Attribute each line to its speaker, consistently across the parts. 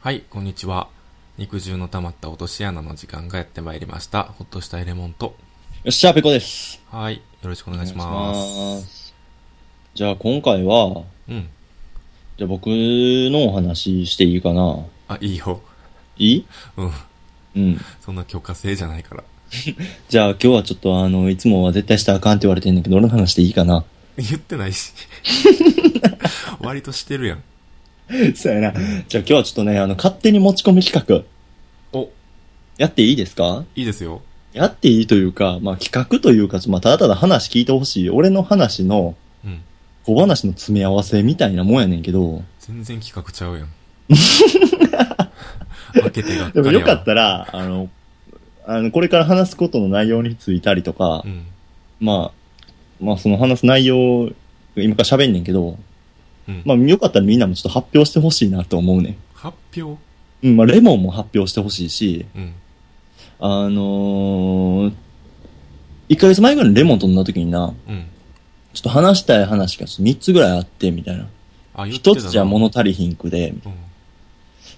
Speaker 1: はい、こんにちは。肉汁の溜まった落とし穴の時間がやってまいりました。ほっとしたエレモンと。
Speaker 2: よっしゃ、ペコです。
Speaker 1: はい、よろしくお
Speaker 2: お
Speaker 1: 願いします。
Speaker 2: す。じゃあ今回は、
Speaker 1: うん。
Speaker 2: じゃあ僕のお話していいかな
Speaker 1: あ、いいよ。
Speaker 2: いい
Speaker 1: うん。
Speaker 2: うん。
Speaker 1: そんな許可制じゃないから。
Speaker 2: じゃあ今日はちょっとあの、いつもは絶対したらあかんって言われてんねんけど、俺の話でいいかな
Speaker 1: 言ってない し。割としてるやん。
Speaker 2: そうやな。じゃあ今日はちょっとね、あの、勝手に持ち込み企画、
Speaker 1: お、
Speaker 2: やっていいですか
Speaker 1: いいですよ。
Speaker 2: やっていいというか、まあ企画というか、まあただただ話聞いてほしい。俺の話の
Speaker 1: うん。
Speaker 2: 小話の詰め合わせみたいなもんやねんけど、
Speaker 1: 全然企画ちゃ うやん。開けてがっかり
Speaker 2: で
Speaker 1: や
Speaker 2: も
Speaker 1: わ
Speaker 2: よかったら、あの、あの、これから話すことの内容についたりとか
Speaker 1: う、ん。
Speaker 2: まあ、まあその話す内容、今から喋んねんけど、
Speaker 1: うん。
Speaker 2: まあよかったらみんなもちょっと発表してほしいなと思うね
Speaker 1: 発表
Speaker 2: ん。うん、まあレモンも発表してほしいし、
Speaker 1: うん。
Speaker 2: あのー、1ヶ月前ぐらいにレモンと飲んだ時にな、
Speaker 1: うん。
Speaker 2: ちょっと話したい話が3つぐらいあって、みたいな。
Speaker 1: あ、言ってた
Speaker 2: 1
Speaker 1: な
Speaker 2: つじゃ物足りひんくで、
Speaker 1: うん。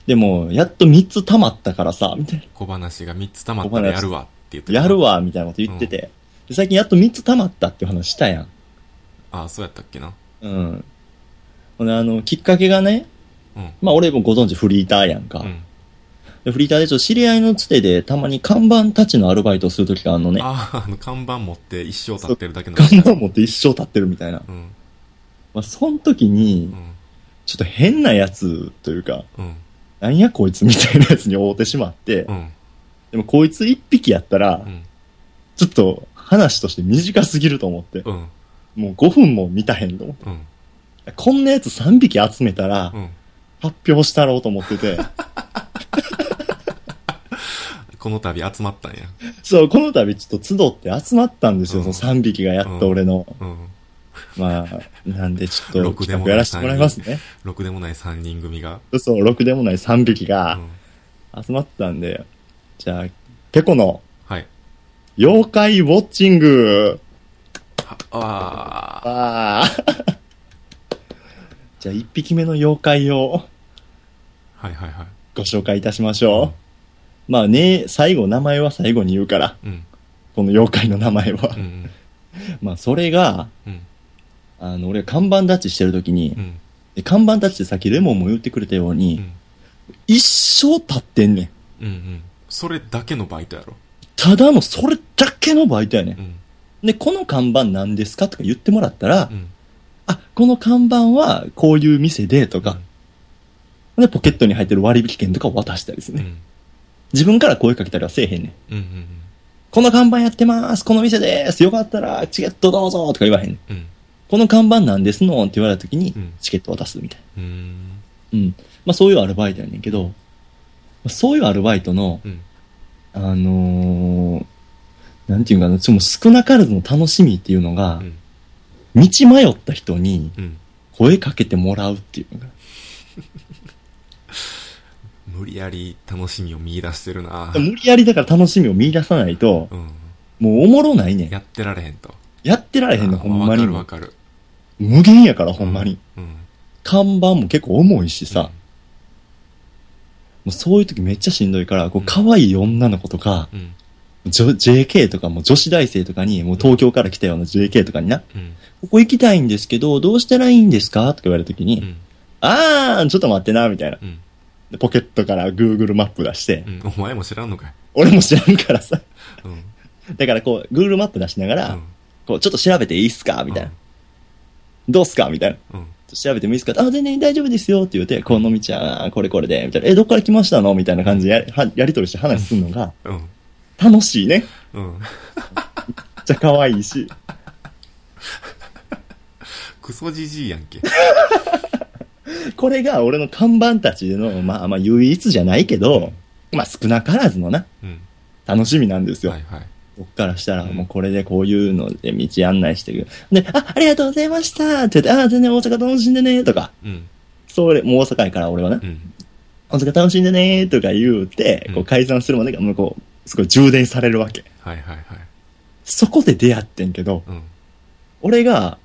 Speaker 2: でも、やっと3つ溜まったからさ、みたいな。
Speaker 1: 小話が3つ溜まったらやるわって言ってた
Speaker 2: やる。わ、みたいなこと言ってて。で最近やっと3つ溜まったっていう話したやん。
Speaker 1: あ、そうやったっけな。
Speaker 2: うん。ほんであの、きっかけがね、
Speaker 1: うん。
Speaker 2: まあ俺もご存知フリーターやんか。
Speaker 1: うん。
Speaker 2: でフリーターでちょっと知り合いのつてで、たまに看板たちのアルバイトをするときがあるのね。
Speaker 1: ああ、あの、看板持って一生立ってるだけの。
Speaker 2: 看板持って一生立ってるみたいな。
Speaker 1: うん。
Speaker 2: まあ、その時に
Speaker 1: う、ん。
Speaker 2: ちょっと変なやつというか、
Speaker 1: うん。
Speaker 2: なんやこいつみたいなやつに追うてしまって
Speaker 1: う、ん。
Speaker 2: でもこいつ一匹やったら
Speaker 1: う、ん。
Speaker 2: ちょっと話として短すぎると思って、
Speaker 1: うん。
Speaker 2: もう5分も見たへんと思っ
Speaker 1: うん。
Speaker 2: て、こんなやつ3匹集めたら
Speaker 1: う、ん。
Speaker 2: 発表したろうと思ってて、
Speaker 1: この度集まったんや。
Speaker 2: そう、この度ちょっと集って集まったんですよ、
Speaker 1: うん
Speaker 2: その3匹がやっと俺の。
Speaker 1: うん。
Speaker 2: まあ、なんでちょっと
Speaker 1: ろくで
Speaker 2: 企
Speaker 1: もな
Speaker 2: 画
Speaker 1: い
Speaker 2: やらせてもらいますね。
Speaker 1: ろくでもない3人組が。
Speaker 2: そう、ろくでもない3匹
Speaker 1: う
Speaker 2: が
Speaker 1: ん。
Speaker 2: 集まったんで、じゃあ、ペコの
Speaker 1: はい。
Speaker 2: 妖怪ウォッチング
Speaker 1: ああ、
Speaker 2: あ ーじゃあ、1匹目の妖怪を
Speaker 1: はいはいはい。
Speaker 2: ご紹介いたしましょう。まあね、最後、名前は最後に言うから、
Speaker 1: うん。
Speaker 2: この妖怪の名前は
Speaker 1: う。ん。
Speaker 2: まあ、それが、
Speaker 1: うん。
Speaker 2: あの、俺が看板立ちしてる時に
Speaker 1: う、ん。
Speaker 2: で看板立ちってさっきレモンも言ってくれたよう
Speaker 1: う
Speaker 2: に、
Speaker 1: ん。
Speaker 2: 一生経ってんねん。
Speaker 1: うん。うん。それだけのバイトやろ。
Speaker 2: ただのそれだけのバイトやねん
Speaker 1: う。ん。
Speaker 2: で、この看板何ですかとか言ってもらったら、
Speaker 1: うん。
Speaker 2: あ、この看板はこういう店でとか、で、ポケットに入ってる割引券とかを渡したりです
Speaker 1: うん。う
Speaker 2: ね。
Speaker 1: ん。
Speaker 2: 自分から声かけたりはせえへんねん。
Speaker 1: うん。
Speaker 2: この看板やってますこの店ですよかったらチケットどうぞとか言わへんねん。
Speaker 1: うん。
Speaker 2: この看板なんですのって言われた時に
Speaker 1: うん、
Speaker 2: チケット渡すみたい
Speaker 1: うん。うん。
Speaker 2: な。うん。まあそういうアルバイトやねんけど、まあそういうアルバイトの、
Speaker 1: うん。
Speaker 2: あのー、なんていうかな、ちょっと少なからずの楽しみっていうのが
Speaker 1: う、ん。
Speaker 2: 道迷った人に
Speaker 1: うん。
Speaker 2: 声かけてもらうっていうのが。
Speaker 1: 無理やり楽しみを見出してるな。
Speaker 2: 無理やりだから楽しみを見出さないと、
Speaker 1: うん。
Speaker 2: もうおもろないねん。
Speaker 1: やってられへんと。
Speaker 2: やってられへんの、
Speaker 1: あー
Speaker 2: ほんま
Speaker 1: わか
Speaker 2: に。
Speaker 1: るわかる。
Speaker 2: 無限やから、ほんまに。
Speaker 1: うん。
Speaker 2: 看板も結構重いしさ、もうそういう時めっちゃしんどいから、こう、可愛い女の子とか、
Speaker 1: うん。
Speaker 2: じょ JK とかもう女子大生とかに、もう東京から来たような JK とかにな、
Speaker 1: うん。
Speaker 2: ここ行きたいんですけど、どうしたらいいんですかとか言われた時
Speaker 1: う
Speaker 2: に、
Speaker 1: ん。
Speaker 2: あー、ちょっと待ってな、みたいな。
Speaker 1: うん。
Speaker 2: でポケットから Google マップ出して
Speaker 1: う、ん。お前も知らんのかい。
Speaker 2: 俺も知らんからさ。
Speaker 1: うん。
Speaker 2: だからこう、Google マップ出しなが
Speaker 1: う
Speaker 2: ら
Speaker 1: ん、
Speaker 2: こう、ちょっと調べていいっすかみたいな。。どうっすかみたいな。
Speaker 1: うん。
Speaker 2: 調べてもいいですかあ、全然大丈夫ですよって言うて、この道は、あーこれこれで、みたいな。え、どっから来ましたのみたいな感じでやりはやりとりして話するのが、
Speaker 1: うん。
Speaker 2: 楽しいね。
Speaker 1: うん。
Speaker 2: めっちゃ可愛いし。
Speaker 1: クソじじいやんけ。
Speaker 2: これが俺の看板たちでの、まあまあ唯一じゃないけど、まあ少なからずのな、
Speaker 1: うん。
Speaker 2: 楽しみなんですよ。
Speaker 1: はいはい。
Speaker 2: 僕からしたら、
Speaker 1: うん
Speaker 2: もうこれでこういうので道案内してくる。で、あ、ありがとうございましたって言って、あー、全然大阪楽しんでねとか。
Speaker 1: うん。
Speaker 2: それ、もう大阪やから俺はな
Speaker 1: う、ん。
Speaker 2: 大阪楽しんでねとか言うて、こ
Speaker 1: うん
Speaker 2: う解散するまでがもうこう、すごい充電されるわけ。
Speaker 1: はいはいはい。
Speaker 2: そこで出会ってんけど、
Speaker 1: うん。
Speaker 2: 俺が、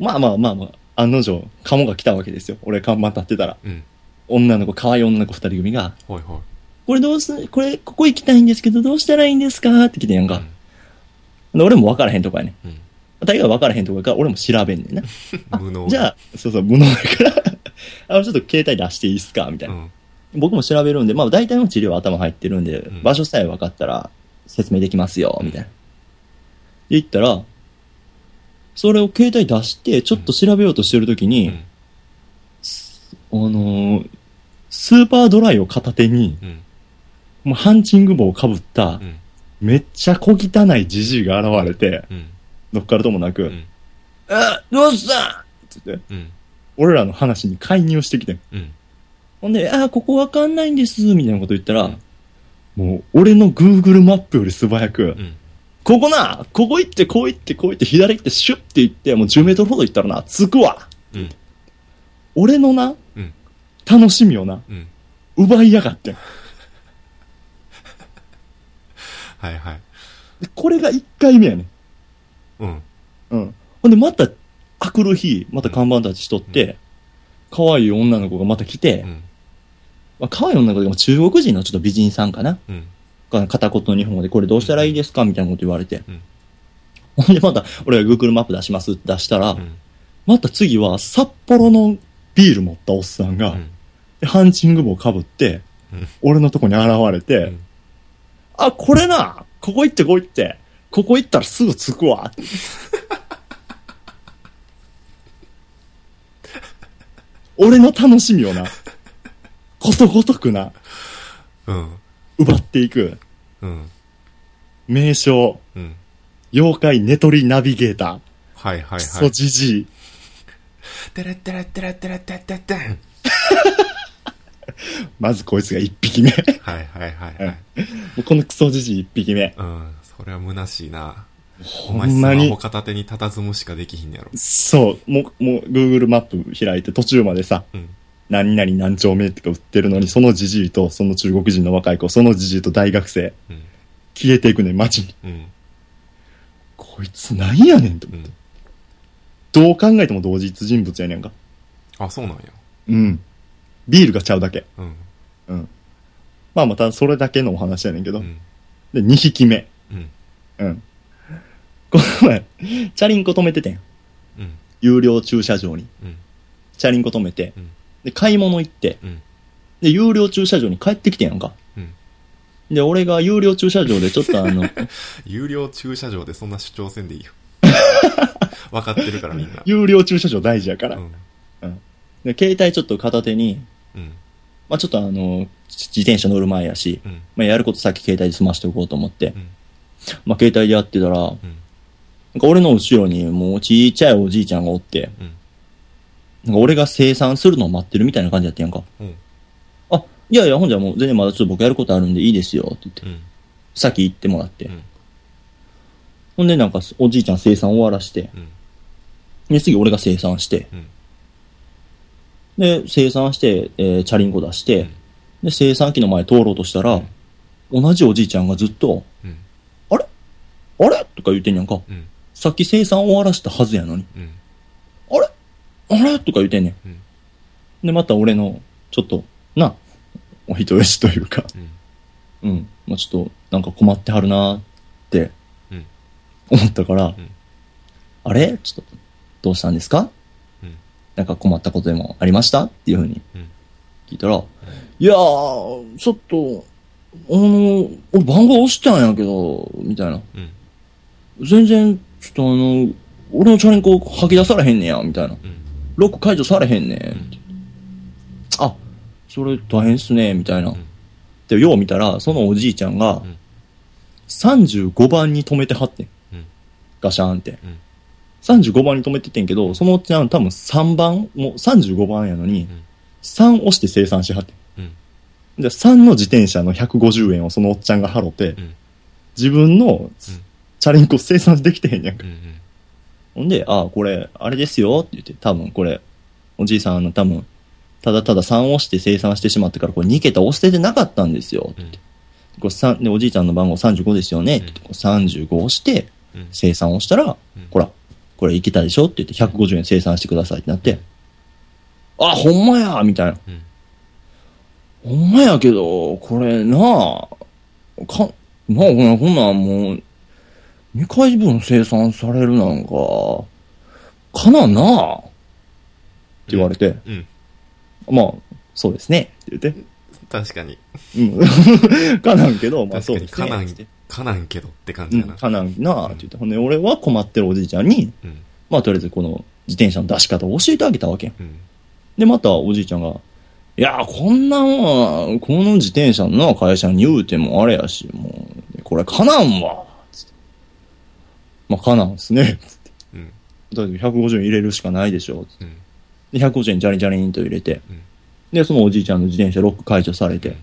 Speaker 2: まあまあまあまあ、案の定、カモが来たわけですよ。俺看板立ってたら。
Speaker 1: うん。
Speaker 2: 女の子、可愛い女の子二人組が、
Speaker 1: ほいほい。
Speaker 2: これどうす、これ、ここ行きたいんですけど、どうしたらいいんですかって来てんやんか。で俺も分からへんとこやね。
Speaker 1: うん。
Speaker 2: 大概分からへんとこやから、俺も調べんねんな。
Speaker 1: うん。無能。
Speaker 2: じゃ
Speaker 1: あ、
Speaker 2: あ、そうそう、無能だから、 あの、ちょっと携帯出していいっすかみたいうな。
Speaker 1: ん。
Speaker 2: 僕も調べるんで、まあ大体の治療は頭入ってるんで、
Speaker 1: ん
Speaker 2: 場所さえ分かったら説明できますよ、みたいな。で、行ったら、それを携帯出して、ちょっと調べようとしてるとき
Speaker 1: うん。
Speaker 2: に、あのースーパードライを片手に、
Speaker 1: うん。
Speaker 2: もうハンチング帽をかぶっ
Speaker 1: う、
Speaker 2: た
Speaker 1: ん。
Speaker 2: めっちゃ小汚いじじいが現れて、
Speaker 1: うん。
Speaker 2: どっからともなく、
Speaker 1: うん。
Speaker 2: あ、どうしたって言って、
Speaker 1: うん。
Speaker 2: 俺らの話に介入してきてん。
Speaker 1: うん。
Speaker 2: ほんで、あー、ここわかんないんです、みたいなこと言ったら、
Speaker 1: うん
Speaker 2: もう、俺の Google マップより素早く、
Speaker 1: うん。
Speaker 2: ここな、ここ行って、こう行って、こう行って、左行って、シュッて行って、もう10メートルほど行ったらな、着くわ。
Speaker 1: うん。
Speaker 2: 俺のな、
Speaker 1: うん
Speaker 2: 楽しみをな、
Speaker 1: うん。
Speaker 2: 奪いやがってん。
Speaker 1: はいはい。
Speaker 2: でこれが1回目やねん。
Speaker 1: うん。
Speaker 2: うん。ほんで、また、あくる日、また看板立ちしとって、可愛い女の子がまた来て、
Speaker 1: うん。
Speaker 2: まあ、可愛い女の子でも中国人のちょっと美人さんかな。
Speaker 1: うん。
Speaker 2: が片言の日本語で、これどうしたらいいですかみたいなこと言われて
Speaker 1: うん。
Speaker 2: ほんで、また、俺が Google マップ出しますって出したら
Speaker 1: う、ん。
Speaker 2: また次は札幌のビール持ったおっさん
Speaker 1: う
Speaker 2: が、
Speaker 1: ん。
Speaker 2: でハンチング帽かぶって
Speaker 1: うん、
Speaker 2: 俺のとこに現れて、
Speaker 1: うん
Speaker 2: あ、これな、ここ行ってここ行って、ここ行ったらすぐ着 くわ。俺の楽しみをな、ことごとくな、
Speaker 1: うん。
Speaker 2: 奪っていく、
Speaker 1: うん。
Speaker 2: 名称、
Speaker 1: うん。
Speaker 2: 妖怪ネトリナビゲーター、
Speaker 1: はいはい
Speaker 2: ク
Speaker 1: は
Speaker 2: ソ
Speaker 1: い。
Speaker 2: ジジイ。
Speaker 1: てれってれってれってれってってってん。はい
Speaker 2: まずこいつが一 匹目。も
Speaker 1: はいはいはい。
Speaker 2: うこのクソジジイ一匹目。
Speaker 1: うん。それは虚しいな。お
Speaker 2: ほ
Speaker 1: 前
Speaker 2: ん
Speaker 1: ス
Speaker 2: ま
Speaker 1: マ
Speaker 2: に
Speaker 1: ホ。片手に佇むしかできひんやろ。
Speaker 2: そう、もう、もう、Google マップ開いて途中までさ、
Speaker 1: うん。
Speaker 2: 何々何丁目ってか売ってるのに、そのじじいと、その中国人の若い子、そのじじいと大学生、
Speaker 1: うん。
Speaker 2: 消えていくねん、街に。
Speaker 1: うん。
Speaker 2: こいつなんやねんと
Speaker 1: う。ん。
Speaker 2: どう考えても同日人物やねんか。
Speaker 1: あ、そうなんや。
Speaker 2: うん。ビールがちゃうだけ。
Speaker 1: うん。
Speaker 2: うん。まあまた、それだけのお話やねんけ
Speaker 1: う
Speaker 2: ど。
Speaker 1: ん。
Speaker 2: で、2匹目。
Speaker 1: うん。
Speaker 2: うん。この前、チャリンコ止めててん。
Speaker 1: うん。
Speaker 2: 有料駐車場に。
Speaker 1: うん。
Speaker 2: チャリンコ止めて
Speaker 1: うん、
Speaker 2: で、買い物行って、
Speaker 1: うん。
Speaker 2: で、有料駐車場に帰ってきてんやんか。
Speaker 1: うん。
Speaker 2: で、俺が有料駐車場でちょっ とあの、
Speaker 1: 有料駐車場でそんな主張せんでいいよ。分かってるからみんな。
Speaker 2: 有料駐車場大事やから
Speaker 1: う。ん。
Speaker 2: で、携帯ちょっと片手に、
Speaker 1: うん。
Speaker 2: まあちょっとあの、自自転車乗る前やし、
Speaker 1: うん。
Speaker 2: まあやることさっき携帯で済ましておこうと思って
Speaker 1: う、ん。
Speaker 2: まあ携帯でやってたら、なん
Speaker 1: うん。
Speaker 2: か俺の後ろにもうちっちゃいおじいちゃんがおって、
Speaker 1: うん。
Speaker 2: なんか俺が生産するのを待ってるみたいな感じやってんやんか。
Speaker 1: うん。
Speaker 2: あ、いやいや、ほんじゃもう全然まだちょっと僕やることあるんでいいですよ、って言って
Speaker 1: う、ん。
Speaker 2: 先行ってもらって。
Speaker 1: うん
Speaker 2: ほんでなんかおじいちゃん生産終わらして、
Speaker 1: うん。
Speaker 2: で、次俺が生産して、
Speaker 1: うん。
Speaker 2: で、生産して、えーチャリンコ出して、
Speaker 1: うん
Speaker 2: で、生産機の前通ろうとしたら、同じおじいちゃんがずっと、
Speaker 1: うん。
Speaker 2: あれとか言ってんやんか。
Speaker 1: うん。
Speaker 2: さっき生産終わらしたはずやのに。
Speaker 1: うん。
Speaker 2: あれあれとか言ってんね
Speaker 1: うん。
Speaker 2: ん。で、また俺の、ちょっと、な、お人よしというか、
Speaker 1: うん。
Speaker 2: うん。まあ、ちょっと、なんか困ってはるなーって
Speaker 1: うん。
Speaker 2: 思ったから、
Speaker 1: ん
Speaker 2: あれちょっと、どうしたんですか
Speaker 1: うん。
Speaker 2: なんか困ったことでもありましたっていうふうに
Speaker 1: うん
Speaker 2: 聞いたら、いやー、ちょっと、あの、俺番号押したんやけど、みたいな。
Speaker 1: うん。
Speaker 2: 全然、ちょっとあの、俺のチャリンコ吐き出されへんねや、みたいな。
Speaker 1: うん。
Speaker 2: ロック解除されへんねん。
Speaker 1: ん
Speaker 2: あ、それ大変っすね、みたいな。
Speaker 1: ん
Speaker 2: で、よう見たら、そのおじいちゃんが
Speaker 1: ん、
Speaker 2: 35番に止めてはってん。
Speaker 1: うん
Speaker 2: ガシャーンって。
Speaker 1: うん
Speaker 2: 35番に止めててんけど、そのうちなん多分3番、もう35番やのに、
Speaker 1: ん
Speaker 2: 3押して生産しはってん。
Speaker 1: うん。
Speaker 2: じゃ3の自転車の150円をそのおっちゃんが払って、
Speaker 1: ん
Speaker 2: 自分の
Speaker 1: うん
Speaker 2: チャリンコ生産できてへんやんか。
Speaker 1: うん。
Speaker 2: ほんで、ああ、これ、あれですよって言って、多分これ、おじいさん、あの、多分、ただただ3押して生産してしまったから、これ2桁押しててなかったんですよ。
Speaker 1: うん。
Speaker 2: これ三で、おじいちゃんの番号35ですよね。って言ってこう35押して、
Speaker 1: うん。
Speaker 2: 生産をしたら、ほら、これいけたでしょって言って、150円生産してくださいってなって、あ、ほんまやみたいな。
Speaker 1: うん。
Speaker 2: ほんまやけど、これなあ、か、なあ、こんな、こんなんもう、2回分生産されるなんか、かななあって言われて、
Speaker 1: うん。
Speaker 2: まあ、そうですね。って
Speaker 1: 確かに。
Speaker 2: 言って。うん。か なんけど、まあ
Speaker 1: 確
Speaker 2: そ
Speaker 1: か
Speaker 2: うで
Speaker 1: に、
Speaker 2: すね。
Speaker 1: かなん、かなんけどって感
Speaker 2: う
Speaker 1: じ
Speaker 2: ん
Speaker 1: だな。
Speaker 2: かなんなあって言って、ほんで、俺は困ってるおじいちゃんに、
Speaker 1: うん。
Speaker 2: まあとりあえずこの自転車の出し方を教えてあげたわけやん。
Speaker 1: うん。
Speaker 2: で、またおじいちゃんが、いや、こんなもんは、この自転車の会社に言うてもあれやし、もう、これかなんわ。つってまあ、かなんっすね。つって
Speaker 1: うん。
Speaker 2: だって150円入れるしかないでしょ。つって
Speaker 1: うん。
Speaker 2: で、150円ジャリンジャリンと入れて
Speaker 1: うん、
Speaker 2: で、そのおじいちゃんの自転車ロック解除されて、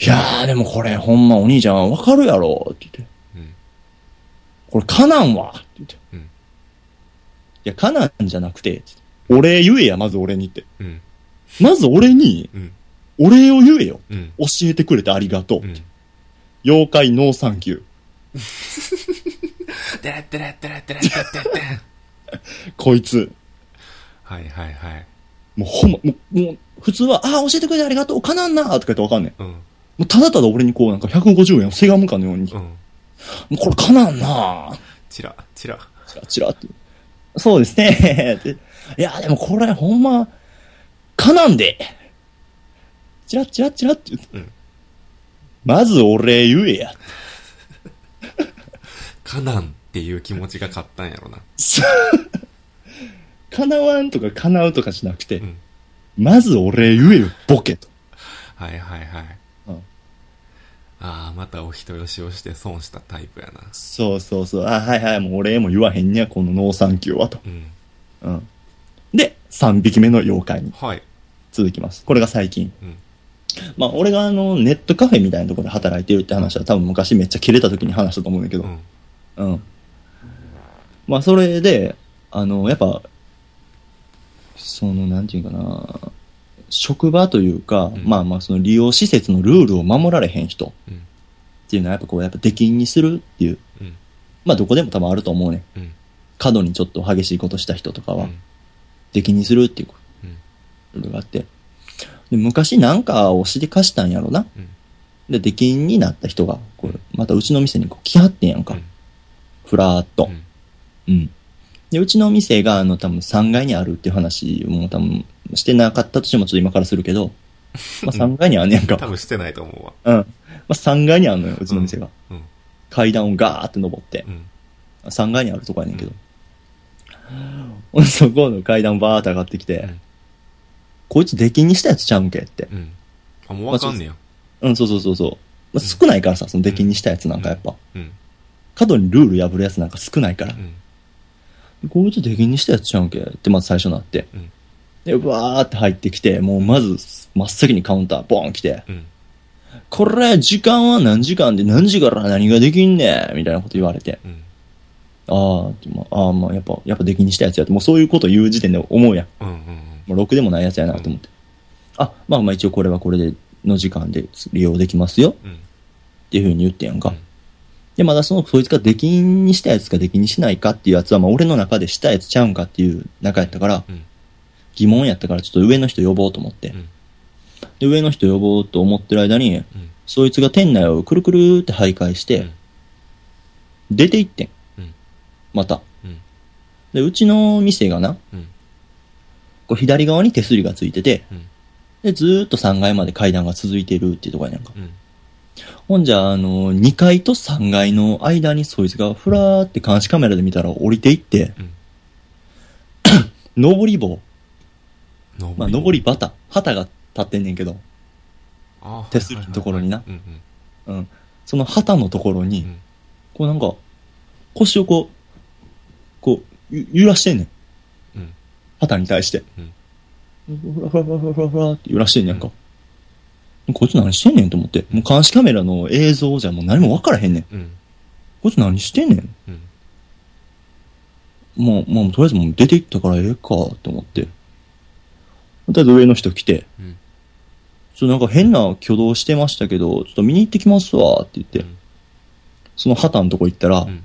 Speaker 2: いやー、でもこれほんまお兄ちゃんわかるやろ。って言って、
Speaker 1: うん。
Speaker 2: これかなんわ。って言って、
Speaker 1: うん
Speaker 2: いや、かなんじゃなくて、つってお礼言えや、まず俺にって。
Speaker 1: うん。
Speaker 2: まず俺に、
Speaker 1: うん。
Speaker 2: お礼を言えよ。
Speaker 1: うん。
Speaker 2: 教えてくれてありがとう。
Speaker 1: うん。
Speaker 2: 妖怪ノーサンキュー。
Speaker 1: てれってれってれってれってれってれってれ。
Speaker 2: こいつ、
Speaker 1: はいはいはい。
Speaker 2: もうほんま、もう、もう普通は、ああ、教えてくれてありがとう、かなんなーとか言ってわかんねん。
Speaker 1: うん。
Speaker 2: もうただただ俺にこう、なんか150円をせがむかのように、
Speaker 1: う
Speaker 2: も
Speaker 1: ん。
Speaker 2: うこれかなんなー
Speaker 1: チラ、チラ。
Speaker 2: チラチラって。そうですねって。 いや、でもこれほんま、かなんで。チラチラチラって言って。
Speaker 1: うん
Speaker 2: まず俺言えや。
Speaker 1: かなんっていう気持ちが勝ったんやろな。
Speaker 2: かなわんとかかなうとかじゃなくて、
Speaker 1: うん。
Speaker 2: まず俺言えよ、ボケと。
Speaker 1: はいはいはい。
Speaker 2: うん
Speaker 1: ああ、またお人よしをして損したタイプやな。
Speaker 2: そうそうそう。あ、はいはい、もうお礼も言わへんにゃ、このノーサンキューはと。
Speaker 1: うん。
Speaker 2: うん。で、3匹目の妖怪に
Speaker 1: はい。
Speaker 2: 続きます。これが最近。
Speaker 1: うん。
Speaker 2: まあ、俺があの、ネットカフェみたいなところで働いてるって話は多分昔めっちゃ切れた時に話したと思うんだけ
Speaker 1: う
Speaker 2: ど。
Speaker 1: ん。
Speaker 2: うん。まあ、それで、あの、やっぱ、その、なんていうかな、職場というか、
Speaker 1: ん
Speaker 2: まあまあ、その利用施設のルールを守られへん人っ
Speaker 1: うん。
Speaker 2: ていうのはやっぱこう、やっぱ出禁にするっていう、
Speaker 1: うん。
Speaker 2: まあ、どこでも多分あると思うね
Speaker 1: う
Speaker 2: ん。
Speaker 1: ん。
Speaker 2: 過度にちょっと激しいことした人とか
Speaker 1: う
Speaker 2: は、
Speaker 1: ん。
Speaker 2: 出禁にするっていう
Speaker 1: うん。
Speaker 2: ルールがあって。で昔なんかをしでかしたんやろな。
Speaker 1: うん。
Speaker 2: で、出禁になった人が、これ、またうちの店にこう来はってんやんか。ふらーっと
Speaker 1: う。ん。
Speaker 2: うん。で、うちの店が、あの、多分3階にあるっていう話も多分してなかったとしてもちょっと今からするけど、まあ3階にあんねやん
Speaker 1: 多
Speaker 2: か。
Speaker 1: 分してないと思うわ。
Speaker 2: うん。まあ3階にあんのよ、うちの店が。
Speaker 1: うん。
Speaker 2: 階段をガーって登って
Speaker 1: う。ん。
Speaker 2: 3階にあるとこやねんけど。そこの階段バーって上がってきて、
Speaker 1: うん
Speaker 2: こいつ出禁にしたやつちゃうんけって。
Speaker 1: うん。あ、もうわかんねや。
Speaker 2: うん、そうそうそうそう。まあ、少ないからさ、その出禁にしたやつなんかやっぱ。
Speaker 1: うん。
Speaker 2: 過度にルール破るやつなんか少ないから
Speaker 1: う。ん。
Speaker 2: こいつ出禁にしたやつちゃうんけってまず最初なって。
Speaker 1: うん
Speaker 2: で、わーって入ってきて、もうまず真っ先にカウンターボーン来て、
Speaker 1: うん。
Speaker 2: これ時間は何時間で何時から何ができんねんみたいなこと言われて。
Speaker 1: うん。
Speaker 2: あーって、まああー、まあやっぱ、やっぱ出禁にしたやつやって。もうそういうこと言う時点で思うやん。
Speaker 1: うん。うん。
Speaker 2: もうろくでもないやつやなと思って。あ、まあまあ一応これはこれでの時間で利用できますよっ
Speaker 1: うん。
Speaker 2: ていうふうに言ってんやんか。
Speaker 1: うん
Speaker 2: で、まだその、そいつが出禁にしたやつか出禁にしないかっていうやつは、まあ俺の中でしたやつちゃうんかっていう中やったから、
Speaker 1: うん
Speaker 2: 疑問やったからちょっと上の人呼ぼうと思って。
Speaker 1: うん
Speaker 2: で、上の人呼ぼうと思ってる間に、
Speaker 1: うん。
Speaker 2: そいつが店内をくるくるって徘徊して、出て行ってん。
Speaker 1: うん
Speaker 2: また。
Speaker 1: うん。
Speaker 2: で、うちの店がな、
Speaker 1: うん。
Speaker 2: こう左側に手すりがついてて、
Speaker 1: うん。
Speaker 2: で、ずーっと3階まで階段が続いてるっていうとこやねんか。
Speaker 1: うん。
Speaker 2: ほんじゃ、あの、2階と3階の間にそいつがふらーって監視カメラで見たら降りていって、
Speaker 1: うん。
Speaker 2: 登り棒、
Speaker 1: 登
Speaker 2: まあ、登り。バタ、旗が立ってんねんけど、
Speaker 1: あ
Speaker 2: 手すりのところにな。
Speaker 1: うん。
Speaker 2: うん。その旗のところに、
Speaker 1: うん
Speaker 2: こうなんか、腰をこう、こう、ゆ揺らしてんねん。
Speaker 1: うん。うん。
Speaker 2: 旗に対して。ふらふらふらふらふらふらって揺らしてんねんか。こいつ何してんねんと思って。もう監視カメラの映像じゃもう何もわからへんねん。
Speaker 1: うん。
Speaker 2: こいつ何してんねん。
Speaker 1: うん。
Speaker 2: もう、もうとりあえずもう出て行ったからええかと思って。とりあえず上の人来て、
Speaker 1: うん。
Speaker 2: ちょっとなんか変な挙動してましたけど、ちょっと見に行ってきますわって言って、
Speaker 1: うん
Speaker 2: その旗のとこ行ったら、
Speaker 1: ん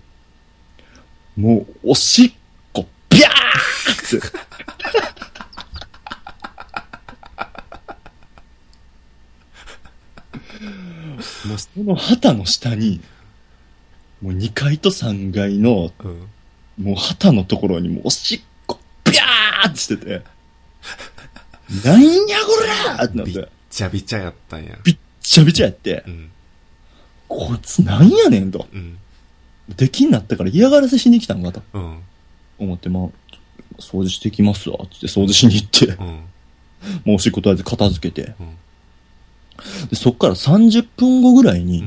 Speaker 2: もう、おしっこ、ビャ ーって。
Speaker 1: もうす、
Speaker 2: この旗の下に、もう2階と3階の、
Speaker 1: うん。
Speaker 2: もう旗のところにもうおしっこ、ぴゃーってしてて、なんやこらーってなっ、
Speaker 1: びってちゃびちゃやったんや。
Speaker 2: びっちゃびちゃやって
Speaker 1: う、ん。
Speaker 2: こいつなんやねんと。
Speaker 1: うん。
Speaker 2: 出禁になったから嫌がらせしに来たんかと
Speaker 1: うん。
Speaker 2: 思って、まあ、掃除してきますわ、つって掃除しに行って、
Speaker 1: うん。
Speaker 2: もうおしっことりあえず片付けて、
Speaker 1: うん。
Speaker 2: でそっから30分後ぐらいに、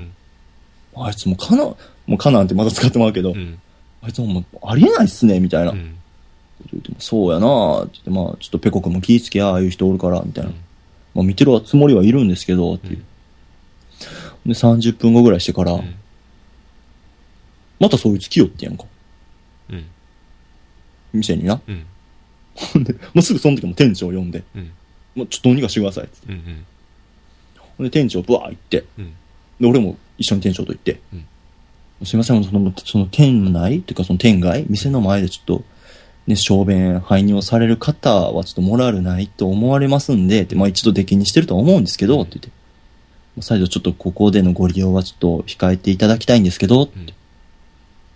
Speaker 1: うん
Speaker 2: あいつもうかな、もうかなんてまた使ってもらうけど、
Speaker 1: うん。
Speaker 2: あいつももうありえないっすね、みたいな
Speaker 1: う。ん。
Speaker 2: 言ってもそうやなぁって言って、まあ、ちょっとペコ君も気ぃつけや、ああいう人おるから、みたいな。
Speaker 1: うん
Speaker 2: まあ、見てるつもりはいるんですけど、っていう。で、30分後ぐらいしてから、
Speaker 1: うん。
Speaker 2: またそういう月よってやんか。
Speaker 1: うん。
Speaker 2: 店にな。も
Speaker 1: うん。
Speaker 2: うすぐその時も店長呼んで、
Speaker 1: うん。
Speaker 2: もうちょっとどうにかしてください、って。
Speaker 1: うん。うん。
Speaker 2: ほんで、店長ブワー行って、
Speaker 1: うん。
Speaker 2: で、俺も一緒に店長と行って、
Speaker 1: うん
Speaker 2: すいません、その、その店内っていうかその店外、店の前でちょっと、ね、小便、排尿される方はちょっとモラルないと思われますんで、って、まあ一度出禁にしてるとは思うんですけど、
Speaker 1: うん
Speaker 2: って言って、まあ再度ちょっとここでのご利用はちょっと控えていただきたいんですけど、って
Speaker 1: うん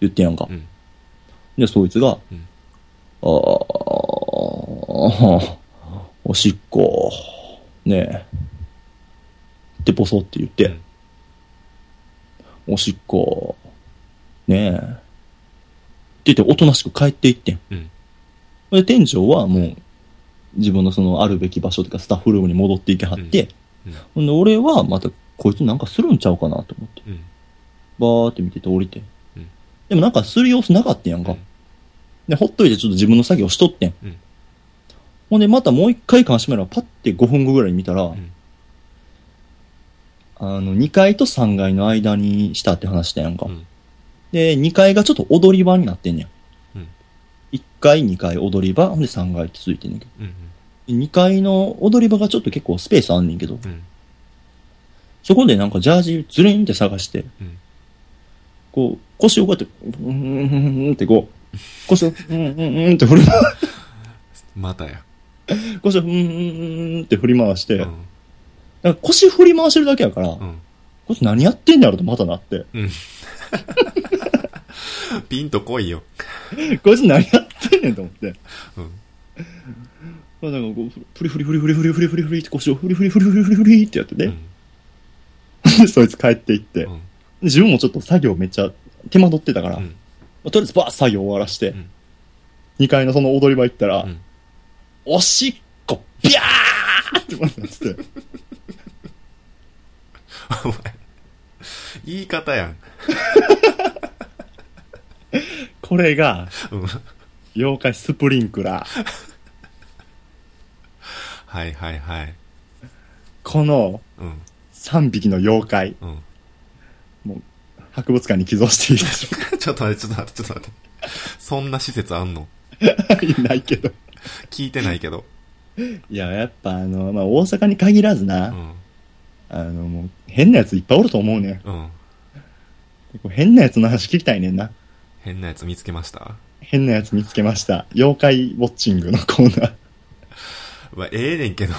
Speaker 2: 言ってんやんか。
Speaker 1: うん。
Speaker 2: で、そいつが、
Speaker 1: うん
Speaker 2: あー、 おしっこ、ねえ、ってぼそって言って、
Speaker 1: うん
Speaker 2: おしっこ、ねえ。って言って、おとなしく帰っていってん。
Speaker 1: うん
Speaker 2: で、店長はもう、自分のそのあるべき場所というか、スタッフルームに戻っていけはって、
Speaker 1: うんうん
Speaker 2: ほんで、俺はまた、こいつなんかするんちゃうかなと思って、
Speaker 1: うん。
Speaker 2: バーって見てて降りて。
Speaker 1: うん
Speaker 2: でもなんかする様子なかったやんか。
Speaker 1: うん
Speaker 2: で、ほっといてちょっと自分の作業しとってん。
Speaker 1: うん
Speaker 2: ほんで、またもう一回監視カメラパッて5分後ぐらいに見たら、
Speaker 1: ん
Speaker 2: あの、2階と3階の間にしたって話したやんか。
Speaker 1: うん
Speaker 2: で、2階がちょっと踊り場になってんねん。
Speaker 1: うん
Speaker 2: 1階、2階踊り場、ほんで3階ってついてんねんけど。
Speaker 1: うん。
Speaker 2: 2階の踊り場がちょっと結構スペースあんねんけど、
Speaker 1: うん。
Speaker 2: そこでなんかジャージズリンって探して、
Speaker 1: うん
Speaker 2: こう、腰をこうやって、うんうんうんうんってこう、腰を、うんうんうんって振り、
Speaker 1: またや。
Speaker 2: 腰を、うんうんうんって振り回して、
Speaker 1: う
Speaker 2: なん
Speaker 1: ん。
Speaker 2: か腰振り回してるだけやから、
Speaker 1: うん。
Speaker 2: こいつ何やってんだろうとまたなって、
Speaker 1: ピンと来いよ。
Speaker 2: こいつ何やってんねんと思って。
Speaker 1: うん。
Speaker 2: まあなんかこう、ふりふりふりふりふりふりふりふりって腰をふりふりふりふりふりふりってやって
Speaker 1: う
Speaker 2: ね。
Speaker 1: ん。
Speaker 2: で そいつ帰っていって、
Speaker 1: うん。
Speaker 2: 自分もちょっと作業めっちゃ手間取ってたから、
Speaker 1: う
Speaker 2: ま
Speaker 1: ん。
Speaker 2: あとりあえずバーッ作業終わらして、
Speaker 1: うん
Speaker 2: 2階のその踊り場行ったら、
Speaker 1: うん
Speaker 2: おしっこ、ビャーってまたなってて、
Speaker 1: お前、言い方やん。
Speaker 2: これが、
Speaker 1: うん。
Speaker 2: 妖怪スプリンクラー。
Speaker 1: はいはいはい。
Speaker 2: この
Speaker 1: うん。
Speaker 2: 3匹の妖怪、
Speaker 1: うん。
Speaker 2: 博物館に寄贈していいでしょ
Speaker 1: ちょっと待って、ちょっと待って、ちょっと待って。そんな施設あんの
Speaker 2: うかいないけど。
Speaker 1: 聞いてないけど。
Speaker 2: いや、やっぱあの、まあ、大阪に限らずな、
Speaker 1: うん。
Speaker 2: あの、もう、変なやついっぱいおると思うねん。
Speaker 1: うん。
Speaker 2: こう変なやつの話聞きたいねんな。
Speaker 1: 変なやつ見つけました
Speaker 2: 変なやつ見つけました。妖怪ウォッチングのコーナー。
Speaker 1: まあ、ええねんけど。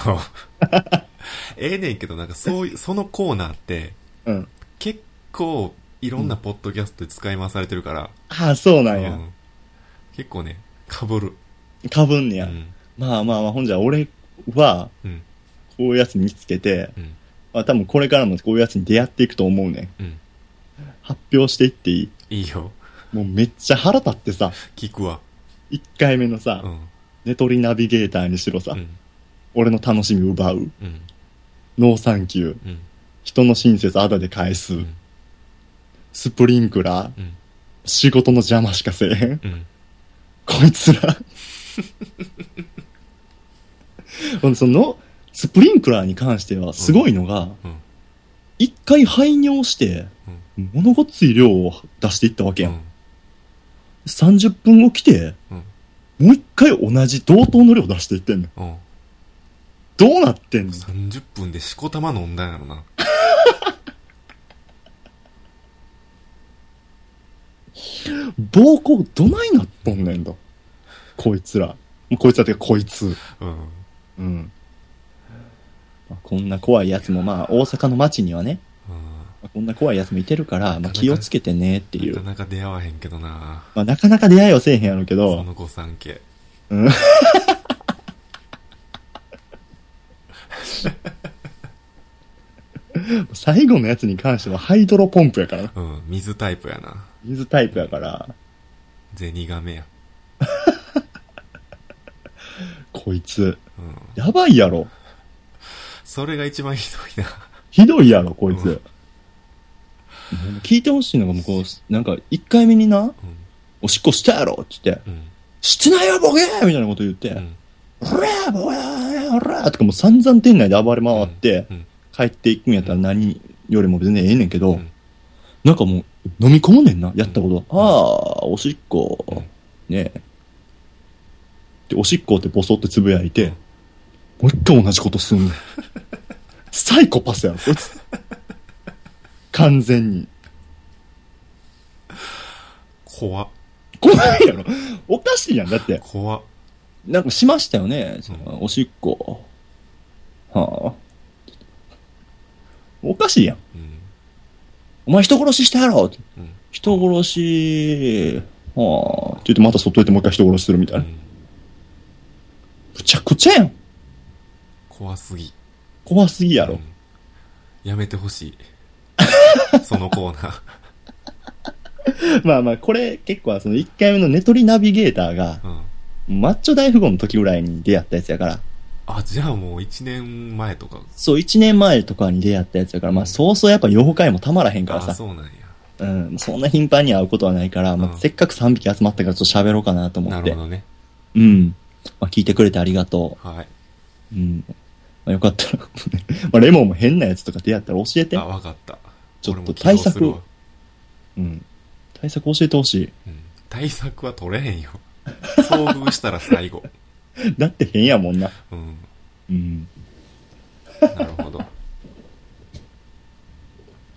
Speaker 1: ええねんけど、なんかそういう、そのコーナーって、
Speaker 2: うん。
Speaker 1: 結構、いろんなポッドキャストで使い回されてるから。
Speaker 2: ああ、そうなん
Speaker 1: う
Speaker 2: や。
Speaker 1: ん結構ね、かぶる。
Speaker 2: かぶんね
Speaker 1: う
Speaker 2: や。
Speaker 1: ん。
Speaker 2: まあまあまあ、ほんじゃ、俺は、
Speaker 1: うん。
Speaker 2: こういうやつ見つけて、
Speaker 1: うん。
Speaker 2: まあ多分これからもこういうやつに出会っていくと思うね
Speaker 1: うん。
Speaker 2: ん。発表していっていい
Speaker 1: いいよ。
Speaker 2: もうめっちゃ腹立ってさ、
Speaker 1: 聞くわ。
Speaker 2: 1回目のさ、
Speaker 1: うん。
Speaker 2: ネトリナビゲーターにしろさ、
Speaker 1: うん。
Speaker 2: 俺の楽しみ奪う、
Speaker 1: うん。
Speaker 2: ノーサンキュー、
Speaker 1: うん。
Speaker 2: 人の親切あだで返す、
Speaker 1: ん
Speaker 2: スプリンクラー、
Speaker 1: うん。
Speaker 2: 仕事の邪魔しかせえへん。
Speaker 1: うん。
Speaker 2: こいつら。ほんでその、スプリンクラーに関してはすごいのが
Speaker 1: うん、
Speaker 2: 一、回排尿して、ものごっつい量を出していったわけ
Speaker 1: う
Speaker 2: やん。
Speaker 1: ん。
Speaker 2: 30分後来て、
Speaker 1: うん
Speaker 2: もう一回同じ同等の量出していってんの。
Speaker 1: うん。
Speaker 2: どうなってんの
Speaker 1: 30分でしこたま飲んだんやろな。
Speaker 2: 暴行どないなっとんねんだ。こいつら。もうこいつらってかこいつ。
Speaker 1: うん。
Speaker 2: うん。まあこんな怖いやつもまあ大阪の街にはね、
Speaker 1: うん。
Speaker 2: こんな怖いやつもいてるから、まあ、気をつけてねってい
Speaker 1: な
Speaker 2: う
Speaker 1: か。なか出会わへんけどな
Speaker 2: まあ、なかなか出会いはせえへんやろうけ
Speaker 1: そ
Speaker 2: ど、
Speaker 1: の御三家。
Speaker 2: 最後のやつに関してはハイドロポンプやからな。
Speaker 1: うん、水タイプやな。
Speaker 2: 水タイプやから、
Speaker 1: ゼニガメや。
Speaker 2: こいつ、
Speaker 1: うん。
Speaker 2: やばいやろ。
Speaker 1: それが一番ひどいな。
Speaker 2: ひどいやろ、こいつ。
Speaker 1: うん
Speaker 2: もう聞いてほしいのが、もうこう、なんか、一回目にな、おしっこしたやろって言って、
Speaker 1: うん。うん。
Speaker 2: してないよ、ボケーみたいなこと言って、
Speaker 1: う。
Speaker 2: うんらボケーおらーとかもう散々店内で暴れ回って、
Speaker 1: うん。
Speaker 2: 帰っていくんやったら何よりも全然ええねんけど、
Speaker 1: うん
Speaker 2: なんかもう、飲み込むねんな、やったこと。ああ、おしっこ、
Speaker 1: うん
Speaker 2: ねえ。で、おしっこってボソってつぶやいて、もう一回同じことす んねん。サイコパスやろ、こいつ。完全に。
Speaker 1: 怖っ。
Speaker 2: 怖いやろ。おかしいやん、だって。
Speaker 1: 怖っ。
Speaker 2: なんかしましたよね、
Speaker 1: う
Speaker 2: おしっこ。はあ。おかしいやん。
Speaker 1: うん。
Speaker 2: お前人殺ししたやろって
Speaker 1: うん。
Speaker 2: 人殺し、はあ、って言ってまた外へてもう一回人殺しするみたいうな。
Speaker 1: ん。
Speaker 2: むちゃくちゃやん。
Speaker 1: 怖すぎ。
Speaker 2: 怖すぎやろ
Speaker 1: うん。やめてほしい。そのコーナー。
Speaker 2: まあまあ、これ結構その1回目のネトリナビゲーターが、
Speaker 1: うん。
Speaker 2: マッチョ大富豪の時ぐらいに出会ったやつやから、
Speaker 1: あ、じゃあもう一年前とか。
Speaker 2: そう1年前とかに出会ったやつやから、まあそうそうやっぱ妖怪もたまらへんから
Speaker 1: あ、
Speaker 2: さ、
Speaker 1: そうなんや。
Speaker 2: うん、そんな頻繁に会うことはないから、ま
Speaker 1: う
Speaker 2: あ
Speaker 1: ん
Speaker 2: せっかく3匹集まったからちょっと喋ろうかなと思
Speaker 1: な
Speaker 2: って
Speaker 1: るほ。どね。
Speaker 2: うん。まあ聞いてくれてありがと
Speaker 1: はい。
Speaker 2: う。うん。まあよかったら、 まあレモンも変なやつとか出会ったら教えて
Speaker 1: あ、。わかった。
Speaker 2: ちょっ
Speaker 1: 俺
Speaker 2: と
Speaker 1: も起動するわ
Speaker 2: うん。対策教えてほしい。
Speaker 1: うん。対策は取れへんよ。遭遇したら最後。
Speaker 2: だって変やもんな。
Speaker 1: うん。
Speaker 2: うん。
Speaker 1: なるほど。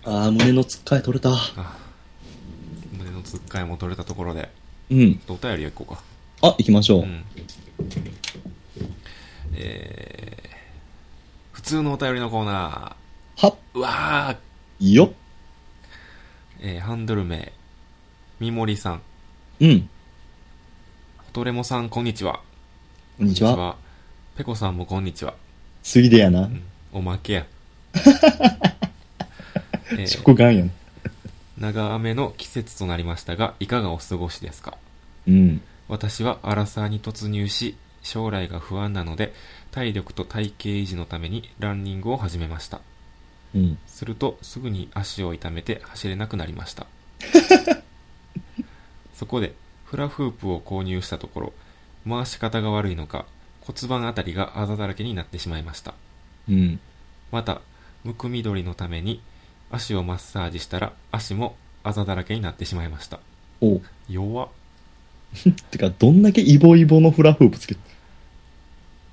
Speaker 2: ああ、胸のつっかえ取れた。
Speaker 1: あ胸のつっかえも取れたところで、
Speaker 2: うん。
Speaker 1: お便り行こうか。
Speaker 2: あ、行きましょう。
Speaker 1: うん。えー、普通のお便りのコーナ
Speaker 2: はっ、
Speaker 1: ー。うわー
Speaker 2: よっ。
Speaker 1: えーハンドル名、みもりさん、
Speaker 2: うん。
Speaker 1: ほとれもさん、こんにちは。
Speaker 2: こんにち
Speaker 1: こんにち
Speaker 2: は。
Speaker 1: は。ペコさんもこんにちは。
Speaker 2: ついでやな
Speaker 1: う。ん、おま けや。えー
Speaker 2: 食感やな。
Speaker 1: 長雨の季節となりましたが、いかがお過ごしですか
Speaker 2: うん。
Speaker 1: 私はアラサーに突入し、将来が不安なので、体力と体型維持のためにランニングを始めました。
Speaker 2: うん。
Speaker 1: すると、すぐに足を痛めて走れなくなりました。そこで、フラフープを購入したところ、回し方が悪いのか、骨盤あたりがあざだらけになってしまいました。
Speaker 2: うん。
Speaker 1: また、むくみ取りのために、足をマッサージしたら、足もあざだらけになってしまいました。
Speaker 2: おう
Speaker 1: 弱っ。
Speaker 2: てか、どんだけイボイボのフラフープつけて。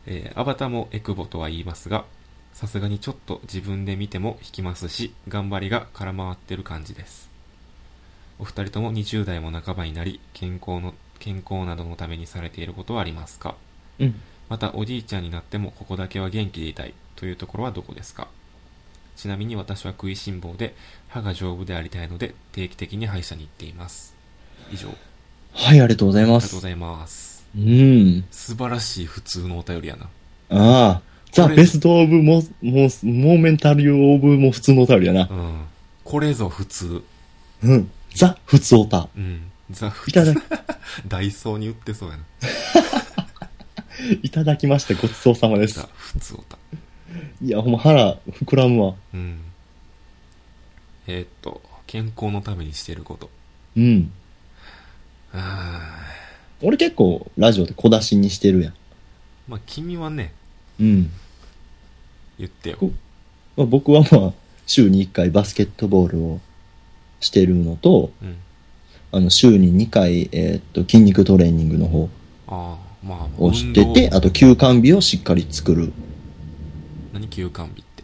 Speaker 1: えーアバタもエクボとは言いますが、さすがにちょっと自分で見ても引きますし、頑張りが空回ってる感じです。お二人とも20代も半ばになり、健康の、健康などのためにされていることはありますか
Speaker 2: うん。
Speaker 1: またおじいちゃんになってもここだけは元気でいたいというところはどこですかちなみに私は食いしん坊で、歯が丈夫でありたいので、定期的に歯医者に行っています。以上。あ
Speaker 2: はい、ありがとうござい
Speaker 1: り
Speaker 2: ま
Speaker 1: がとうご
Speaker 2: す。
Speaker 1: ざいます。
Speaker 2: うん。
Speaker 1: 素晴らしい普通のお便りやな。
Speaker 2: ああ。ザ・
Speaker 1: これ
Speaker 2: ベスト・オブ・モモス、モーメンタル・オブ・も普通のお便りやな
Speaker 1: う。ん。これぞ普通。
Speaker 2: うん。ザ・普通おた。
Speaker 1: うん。ザ・
Speaker 2: いただき、
Speaker 1: ダイソーに売ってそうやな。
Speaker 2: いただきまして、ごちそうさま です
Speaker 1: ザ・。普通オタ。
Speaker 2: いや、ほんま腹膨らむわ。
Speaker 1: うん。えーっと、健康のためにしてること。
Speaker 2: うん。
Speaker 1: あー
Speaker 2: 俺結構ラジオで小出しにしてるやん。
Speaker 1: まあ、君はね、
Speaker 2: うん。
Speaker 1: 言ってよ。
Speaker 2: こまあ、僕はまあ、週に1回バスケットボールをしてるのと、
Speaker 1: うん。
Speaker 2: あの、週に2回、えーっと、筋肉トレーニングの方
Speaker 1: ああ、まあ、
Speaker 2: をしてて、
Speaker 1: 運動
Speaker 2: あと休館日をしっかり作る。
Speaker 1: 何休館日って。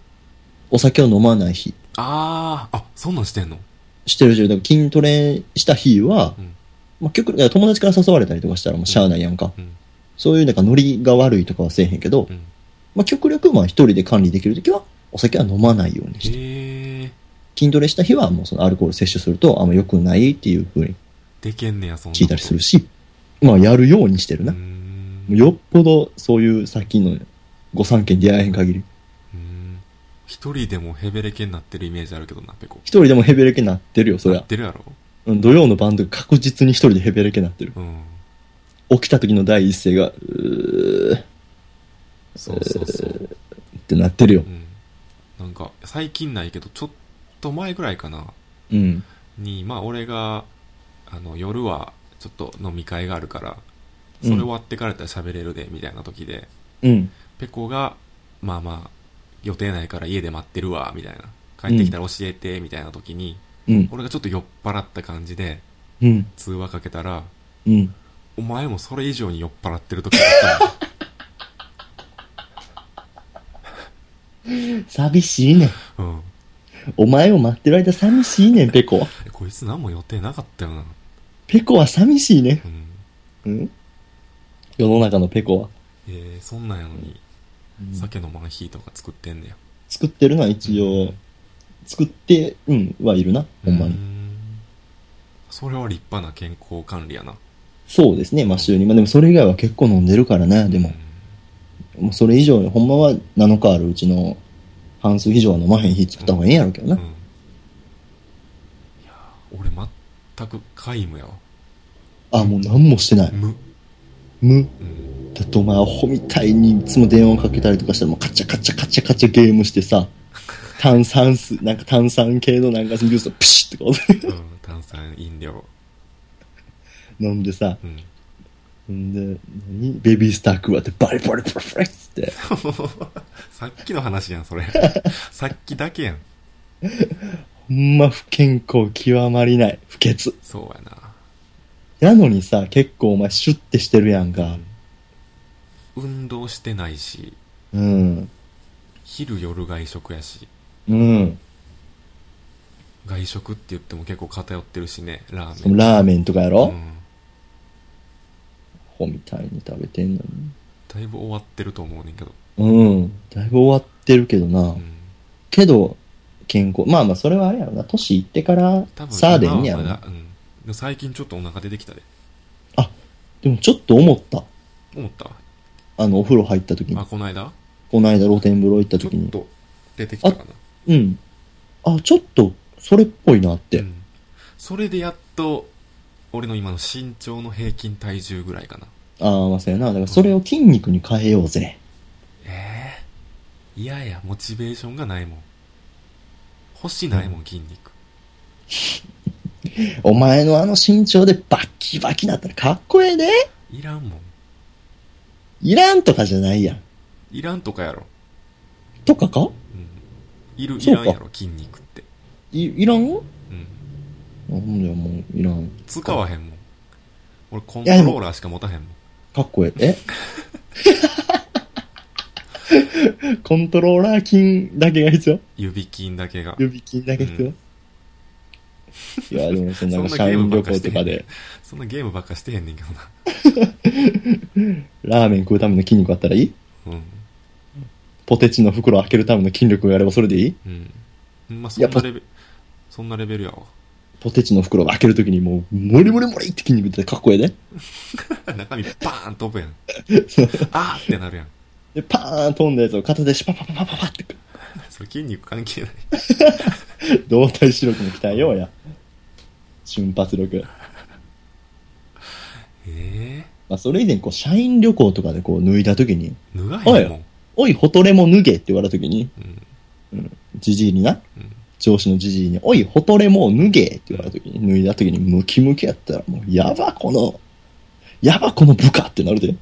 Speaker 2: お酒を飲まない日。
Speaker 1: ああ、あ、そんなんしてんの
Speaker 2: してるし、だから筋トレした日は、
Speaker 1: うん。
Speaker 2: まあ、結局、だから友達から誘われたりとかしたらもうしゃあないやんか。
Speaker 1: うん。
Speaker 2: そういうなんかノリが悪いとかはせえへんけど
Speaker 1: う、ん。
Speaker 2: まあ、極力まあ一人で管理できるときは、お酒は飲まないようにして。
Speaker 1: へえ。
Speaker 2: 筋トレした日はもうそのアルコール摂取するとあんま良くないっていう風に
Speaker 1: でけんねや、そんな。
Speaker 2: 聞いたりするし、まあやるようにしてる
Speaker 1: うー
Speaker 2: な。
Speaker 1: ん。
Speaker 2: よっぽどそういうさっきのご三家に出会えへん限り、
Speaker 1: うーん一人でもヘベレケになってるイメージあるけどな、ペコ。
Speaker 2: 一人でもヘベレケなってるよ、そり
Speaker 1: な
Speaker 2: ゃ
Speaker 1: っ。てるやろ
Speaker 2: うん土曜のバンド確実に一人でヘベレケなってる。
Speaker 1: うん。
Speaker 2: 起きた時の第一声が、うーっ
Speaker 1: そうそうそう。
Speaker 2: てなってるよ
Speaker 1: う。ん。なんか、最近ないけど、ちょっと前ぐらいかな。
Speaker 2: うん。
Speaker 1: に、まあ俺が、あの、夜はちょっと飲み会があるから、それ終わってからやったら喋れるで、みたいな時で、
Speaker 2: うん。
Speaker 1: ペコが、まあまあ、予定ないから家で待ってるわ、みたいな。帰ってきたら教えて、みたいな時に、
Speaker 2: うん。
Speaker 1: 俺がちょっと酔っ払った感じで
Speaker 2: うん。
Speaker 1: 通話かけたら、
Speaker 2: うん。
Speaker 1: お前もそれ以上に酔っ払ってる時あったよ
Speaker 2: 寂しいねん。
Speaker 1: うん。
Speaker 2: お前を待ってる間寂しいねん、ペコは。
Speaker 1: えこいつ何も予定なかったよな。
Speaker 2: ペコは寂しいね
Speaker 1: うん。
Speaker 2: ん。うん。世の中のペコは。
Speaker 1: えー、そんなんやのに、酒のマンヒーとか作ってんねや。
Speaker 2: 作ってるな、一応。作って、うん、はいるな、ほんま
Speaker 1: うー
Speaker 2: に。
Speaker 1: んそれは立派な健康管理やな。
Speaker 2: そうですね、まあ週に。まあでもそれ以外は結構飲んでるからね、でも。もうそれ以上、ほんまは7日あるうちの半数以上は飲まへん日作った方がええんやろうけ
Speaker 1: う
Speaker 2: ど
Speaker 1: ん。
Speaker 2: な。
Speaker 1: うんいやー俺全く皆無やわ。
Speaker 2: あ、もう何もしてない。
Speaker 1: 無。
Speaker 2: 無。
Speaker 1: うん。
Speaker 2: だってお前アホみたいにいつも電話かけたりとかしたらもうカチャカチャカチャカチャゲームしてさ、炭酸水、なんか炭酸系のなんかジュースをプシッとか
Speaker 1: うん、炭酸飲料。
Speaker 2: 飲んでさ、
Speaker 1: うん。
Speaker 2: んで、何ベビースター食わってバリバリバリバリっつって、
Speaker 1: さっきの話やん、 それ。さっきだけやん。
Speaker 2: ほんま不健康極まりない。不潔。
Speaker 1: そうやな。
Speaker 2: やのにさ、結構お前シュッてしてるやんか。
Speaker 1: 運動してないし、
Speaker 2: うん。
Speaker 1: 昼夜外食やし、
Speaker 2: うん。
Speaker 1: 外食って言っても結構偏ってるしね、ラーメン。
Speaker 2: ラーメンとかや
Speaker 1: う
Speaker 2: ろ、
Speaker 1: ん。
Speaker 2: アホみたいに食べてんの
Speaker 1: だいぶ終わってると思うねんけど。
Speaker 2: に。うん。だいぶ終わってるけどな。
Speaker 1: うん。
Speaker 2: けど、健康。まあまあ、それはあれやろな。年いってから
Speaker 1: 多、分
Speaker 2: さあでいいんや
Speaker 1: 今は
Speaker 2: ろ
Speaker 1: まだ
Speaker 2: な。
Speaker 1: うん。でも最近ちょっとお腹出てきたで。
Speaker 2: でもちょっと思った。
Speaker 1: 思った
Speaker 2: あの、お風呂入った時に
Speaker 1: あ、。この間
Speaker 2: この間露天風呂行った
Speaker 1: ちょ
Speaker 2: 時に
Speaker 1: っ。と出てきたかな。
Speaker 2: うん。あ、ちょっと、それっぽいなっ
Speaker 1: う
Speaker 2: て。
Speaker 1: ん。それでやっと、俺の今の身長の平均体重ぐらいかな。
Speaker 2: ああ、まあそうやな。だからそれを筋肉に変えようぜ。
Speaker 1: ええいやいや、モチベーションがないもん。欲しないもん、筋肉。
Speaker 2: お前のあの身長でバッキバキなったらかっこええで。
Speaker 1: いらんもん。
Speaker 2: いらんとかじゃないやん。
Speaker 1: いらんとかやろ。
Speaker 2: とかか
Speaker 1: うん。いる、い
Speaker 2: そう
Speaker 1: ら
Speaker 2: か
Speaker 1: んやろ、筋肉って。
Speaker 2: い、いらんあ
Speaker 1: うん。
Speaker 2: ほんじゃもう、いらん。
Speaker 1: 使わへんもん。俺、コント
Speaker 2: やでも
Speaker 1: ローラーしか持たへんもん。
Speaker 2: かっこええ。え コントローラー筋だけが必要
Speaker 1: 指筋だけが。
Speaker 2: 指筋だけ必要、
Speaker 1: うん
Speaker 2: いや、でもそんな
Speaker 1: そん
Speaker 2: 社
Speaker 1: なゲー
Speaker 2: 員
Speaker 1: ムば
Speaker 2: 旅
Speaker 1: っか
Speaker 2: 行
Speaker 1: して
Speaker 2: とかで、
Speaker 1: そんなゲームばっかしてへんねんけどな。
Speaker 2: ラーメン食うための筋肉あったらいい
Speaker 1: うん。
Speaker 2: ポテチの袋開けるための筋力があればそれでいい
Speaker 1: うん。まあ、
Speaker 2: い
Speaker 1: そ
Speaker 2: や
Speaker 1: んなレベル、そんなレベルやわ。
Speaker 2: ポテチの袋開けるときにもう、モリモリモリって筋肉ってかっこええで。
Speaker 1: 中身バーン 飛ぶやん。あーってなるやん。
Speaker 2: で、パーン飛んだやつを片手でシュパパパパパパって、
Speaker 1: それ筋肉関係ない。
Speaker 2: 動体視力も鍛えようや。瞬発力。
Speaker 1: え
Speaker 2: まあ、それ以前、こう、社員旅行とかでこう、脱いだときに、
Speaker 1: え脱がへんもん。
Speaker 2: おい、ほとれも脱げって言われたときに、
Speaker 1: うん。
Speaker 2: じじいにな、
Speaker 1: うん。
Speaker 2: 上司のじじいに、おい、ほとれもう脱げって言われた時に、脱いだ時にムキムキやったら、もう、やば、この、やば、この部下ってなるで。
Speaker 1: い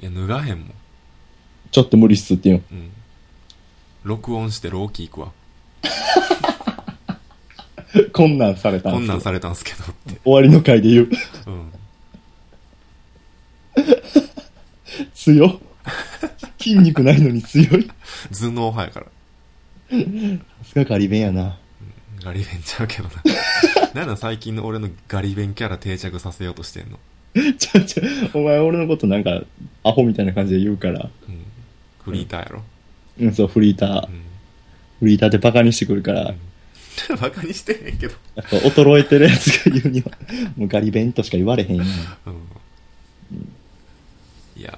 Speaker 1: や、脱がへんもん。
Speaker 2: ちょっと無理っすって言う
Speaker 1: うん。録音してローキー行くわ。
Speaker 2: の。こんなんされた
Speaker 1: こ
Speaker 2: ん
Speaker 1: ん
Speaker 2: す
Speaker 1: なん
Speaker 2: よ
Speaker 1: されたんすけどって。
Speaker 2: 終わりの回で言う。
Speaker 1: うん。
Speaker 2: 強。筋肉ないのに強い。
Speaker 1: 頭脳派やから。
Speaker 2: さすがガリ弁やな。
Speaker 1: ガリ弁ちゃう けどな。なんなん最近の俺のガリ弁キャラ定着させようとしてんの。
Speaker 2: ちゃうちゃう、お前俺のことなんか、アホみたいな感じで言うから。
Speaker 1: うん。フリーターやろ。
Speaker 2: うん、そう、フリーター
Speaker 1: う。ん。
Speaker 2: フリーターでバカにしてくるから、
Speaker 1: うんバカにしてへんけど。
Speaker 2: やっぱ衰えてるやつが言うには、もうガリ弁としか言われへんやん。
Speaker 1: うん。いや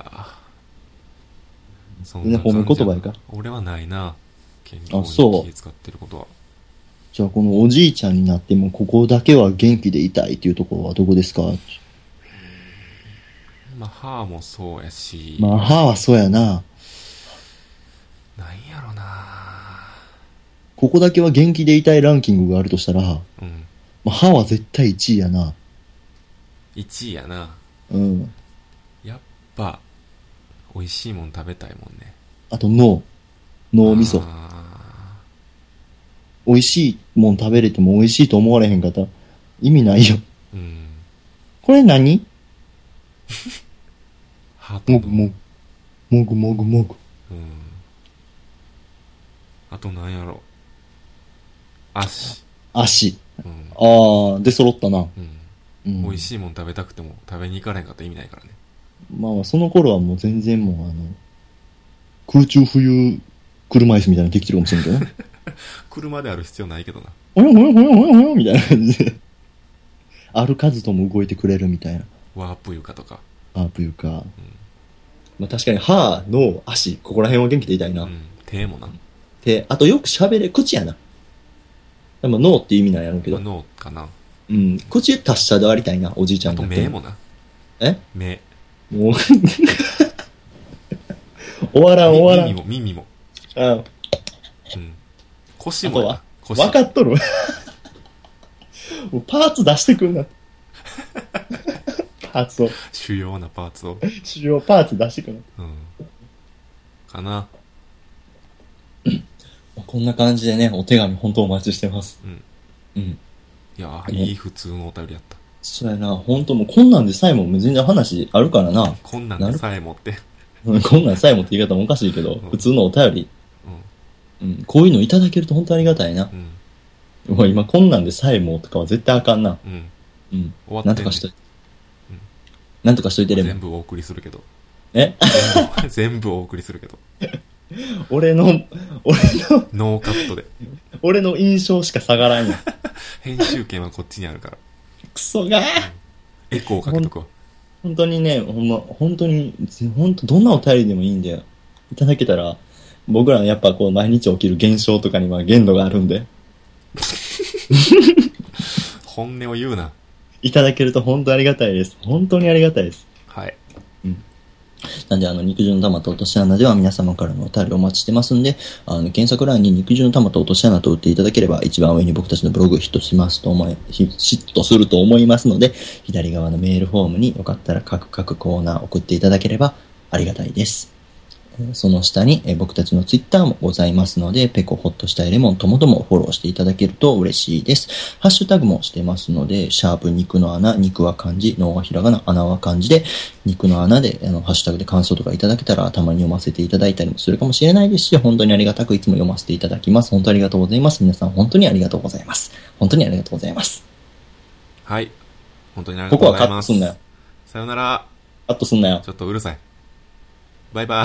Speaker 1: ー。そ
Speaker 2: みんな褒め言葉やか
Speaker 1: 感じな俺はないな。健康
Speaker 2: あそ
Speaker 1: に
Speaker 2: う
Speaker 1: 気使ってることは。
Speaker 2: じゃあこのおじいちゃんになってもここだけは元気でいたいっていうところはどこですか
Speaker 1: まあ、歯もそうやし。
Speaker 2: まあ歯はそうやな。
Speaker 1: なんやろな
Speaker 2: ここだけは元気でいたいランキングがあるとしたら、ま
Speaker 1: うん。
Speaker 2: あ、歯は絶対1位やな。
Speaker 1: 1位やな。
Speaker 2: うん。
Speaker 1: やっぱ、美味しいもん食べたいもんね。
Speaker 2: あと脳。脳みそ。
Speaker 1: あ
Speaker 2: 美味しいもん食べれても美味しいと思われへんかったら意味ないよ。
Speaker 1: ーうん。
Speaker 2: これ何
Speaker 1: ハート
Speaker 2: もぐもぐ。もぐもぐもぐ。
Speaker 1: うん。あとなんやろ。足。
Speaker 2: 足。
Speaker 1: うん。
Speaker 2: あー、で揃ったな。
Speaker 1: うん。
Speaker 2: うん。
Speaker 1: 美味しいもん食べたくても食べに行かれんかったら意味ないからね。
Speaker 2: まあまあ、その頃はもう全然もうあの、空中浮遊車椅子みたいなのできてるかもしれんけど ね。
Speaker 1: 車である必要ないけどな。
Speaker 2: およんおよんおよんおよんおよんみたいな感じで。歩かずとも動いてくれるみたいな。
Speaker 1: ワープ床とか。
Speaker 2: あというか。まあ確かに歯、脳、足、ここら辺は元気でいたいな。
Speaker 1: うん。手もな。ま
Speaker 2: で、あとよく喋れ、口やな。でも脳っていう意味なんやろうけ
Speaker 1: あ
Speaker 2: ど。
Speaker 1: 脳かな。
Speaker 2: うん。口達者でありたいな、おじいちゃん
Speaker 1: あと
Speaker 2: だって
Speaker 1: 目。もな。
Speaker 2: え
Speaker 1: 目。
Speaker 2: もう 終わらん終わら
Speaker 1: 耳
Speaker 2: ん
Speaker 1: も、耳も。
Speaker 2: あ。
Speaker 1: うん。腰もや
Speaker 2: あと
Speaker 1: な
Speaker 2: は。
Speaker 1: 腰。
Speaker 2: 分かっとる。もうパーツ出してくんな。 パーツを。
Speaker 1: 主要なパーツを。
Speaker 2: 主要パーツ出してくんな。
Speaker 1: うん。かな。
Speaker 2: こんな感じでね、お手紙本当お待ちしてます。
Speaker 1: うん。
Speaker 2: うん。
Speaker 1: いやー、
Speaker 2: ね
Speaker 1: いい普通のお便りやった。
Speaker 2: そうやな、本当もうこんなんでさえも全然話あるからな。
Speaker 1: こんなんでさえ持って。
Speaker 2: うんこんなんさえもって言い方もおかしいけど、
Speaker 1: ん
Speaker 2: 普通のお便り。
Speaker 1: う
Speaker 2: うん、こういうのいただけると本当ありがたいな。
Speaker 1: ん。うん。
Speaker 2: もう今こんなんでさえもとかは絶対あかんな。
Speaker 1: うん。
Speaker 2: うん。
Speaker 1: 終わって
Speaker 2: なんんとかしといて
Speaker 1: うん。
Speaker 2: なんとかしといてれば
Speaker 1: 全。部お送りするけど。
Speaker 2: え
Speaker 1: 全部 全部お送りするけど。
Speaker 2: 俺の、俺の、
Speaker 1: ノーカットで。
Speaker 2: 俺の印象しか下がらんやん。
Speaker 1: 編集権はこっちにあるから。
Speaker 2: クソが
Speaker 1: エコーかけとくわ。
Speaker 2: 本当にね、ほんま、本当に、本当どんなお便りでもいいんで、いただけたら、僕らやっぱこう毎日起きる現象とかには限度があるんで、
Speaker 1: 本音を言うな。
Speaker 2: いただけると本当ありがたいです。本当にありがたいです。
Speaker 1: はい。
Speaker 2: なんで、あの、肉汁の玉と落とし穴では皆様からのお便りお待ちしてますんで、あの、検索欄に肉汁の玉と落とし穴と打っていただければ、一番上に僕たちのブログヒットしますと思い、ヒットすると思いますので、左側のメールフォームによかったら各各コーナー送っていただければありがたいです。えーその下にえー僕たちのツイッターもございますので、ペコホットしたいレモンともともフォローしていただけると嬉しいです。ハッシュタグもしてますので、シャープ肉の穴、肉は漢字、脳はひらがな、穴は漢字で、肉の穴で、あの、ハッシュタグで感想とかいただけたら、たまに読ませていただいたりもするかもしれないですし、本当にありがたくいつも読ませていただきます。本当にありがとうございます。皆さん本当にありがとうございます。本当にありがとうございます。
Speaker 1: はい。本当にあり
Speaker 2: こ
Speaker 1: が
Speaker 2: こと
Speaker 1: う
Speaker 2: は
Speaker 1: ご
Speaker 2: カ
Speaker 1: ざいます。
Speaker 2: ットすんなよ。
Speaker 1: さよなら。
Speaker 2: カットすんなよ
Speaker 1: ち。ょっとうるさい。バイバイ。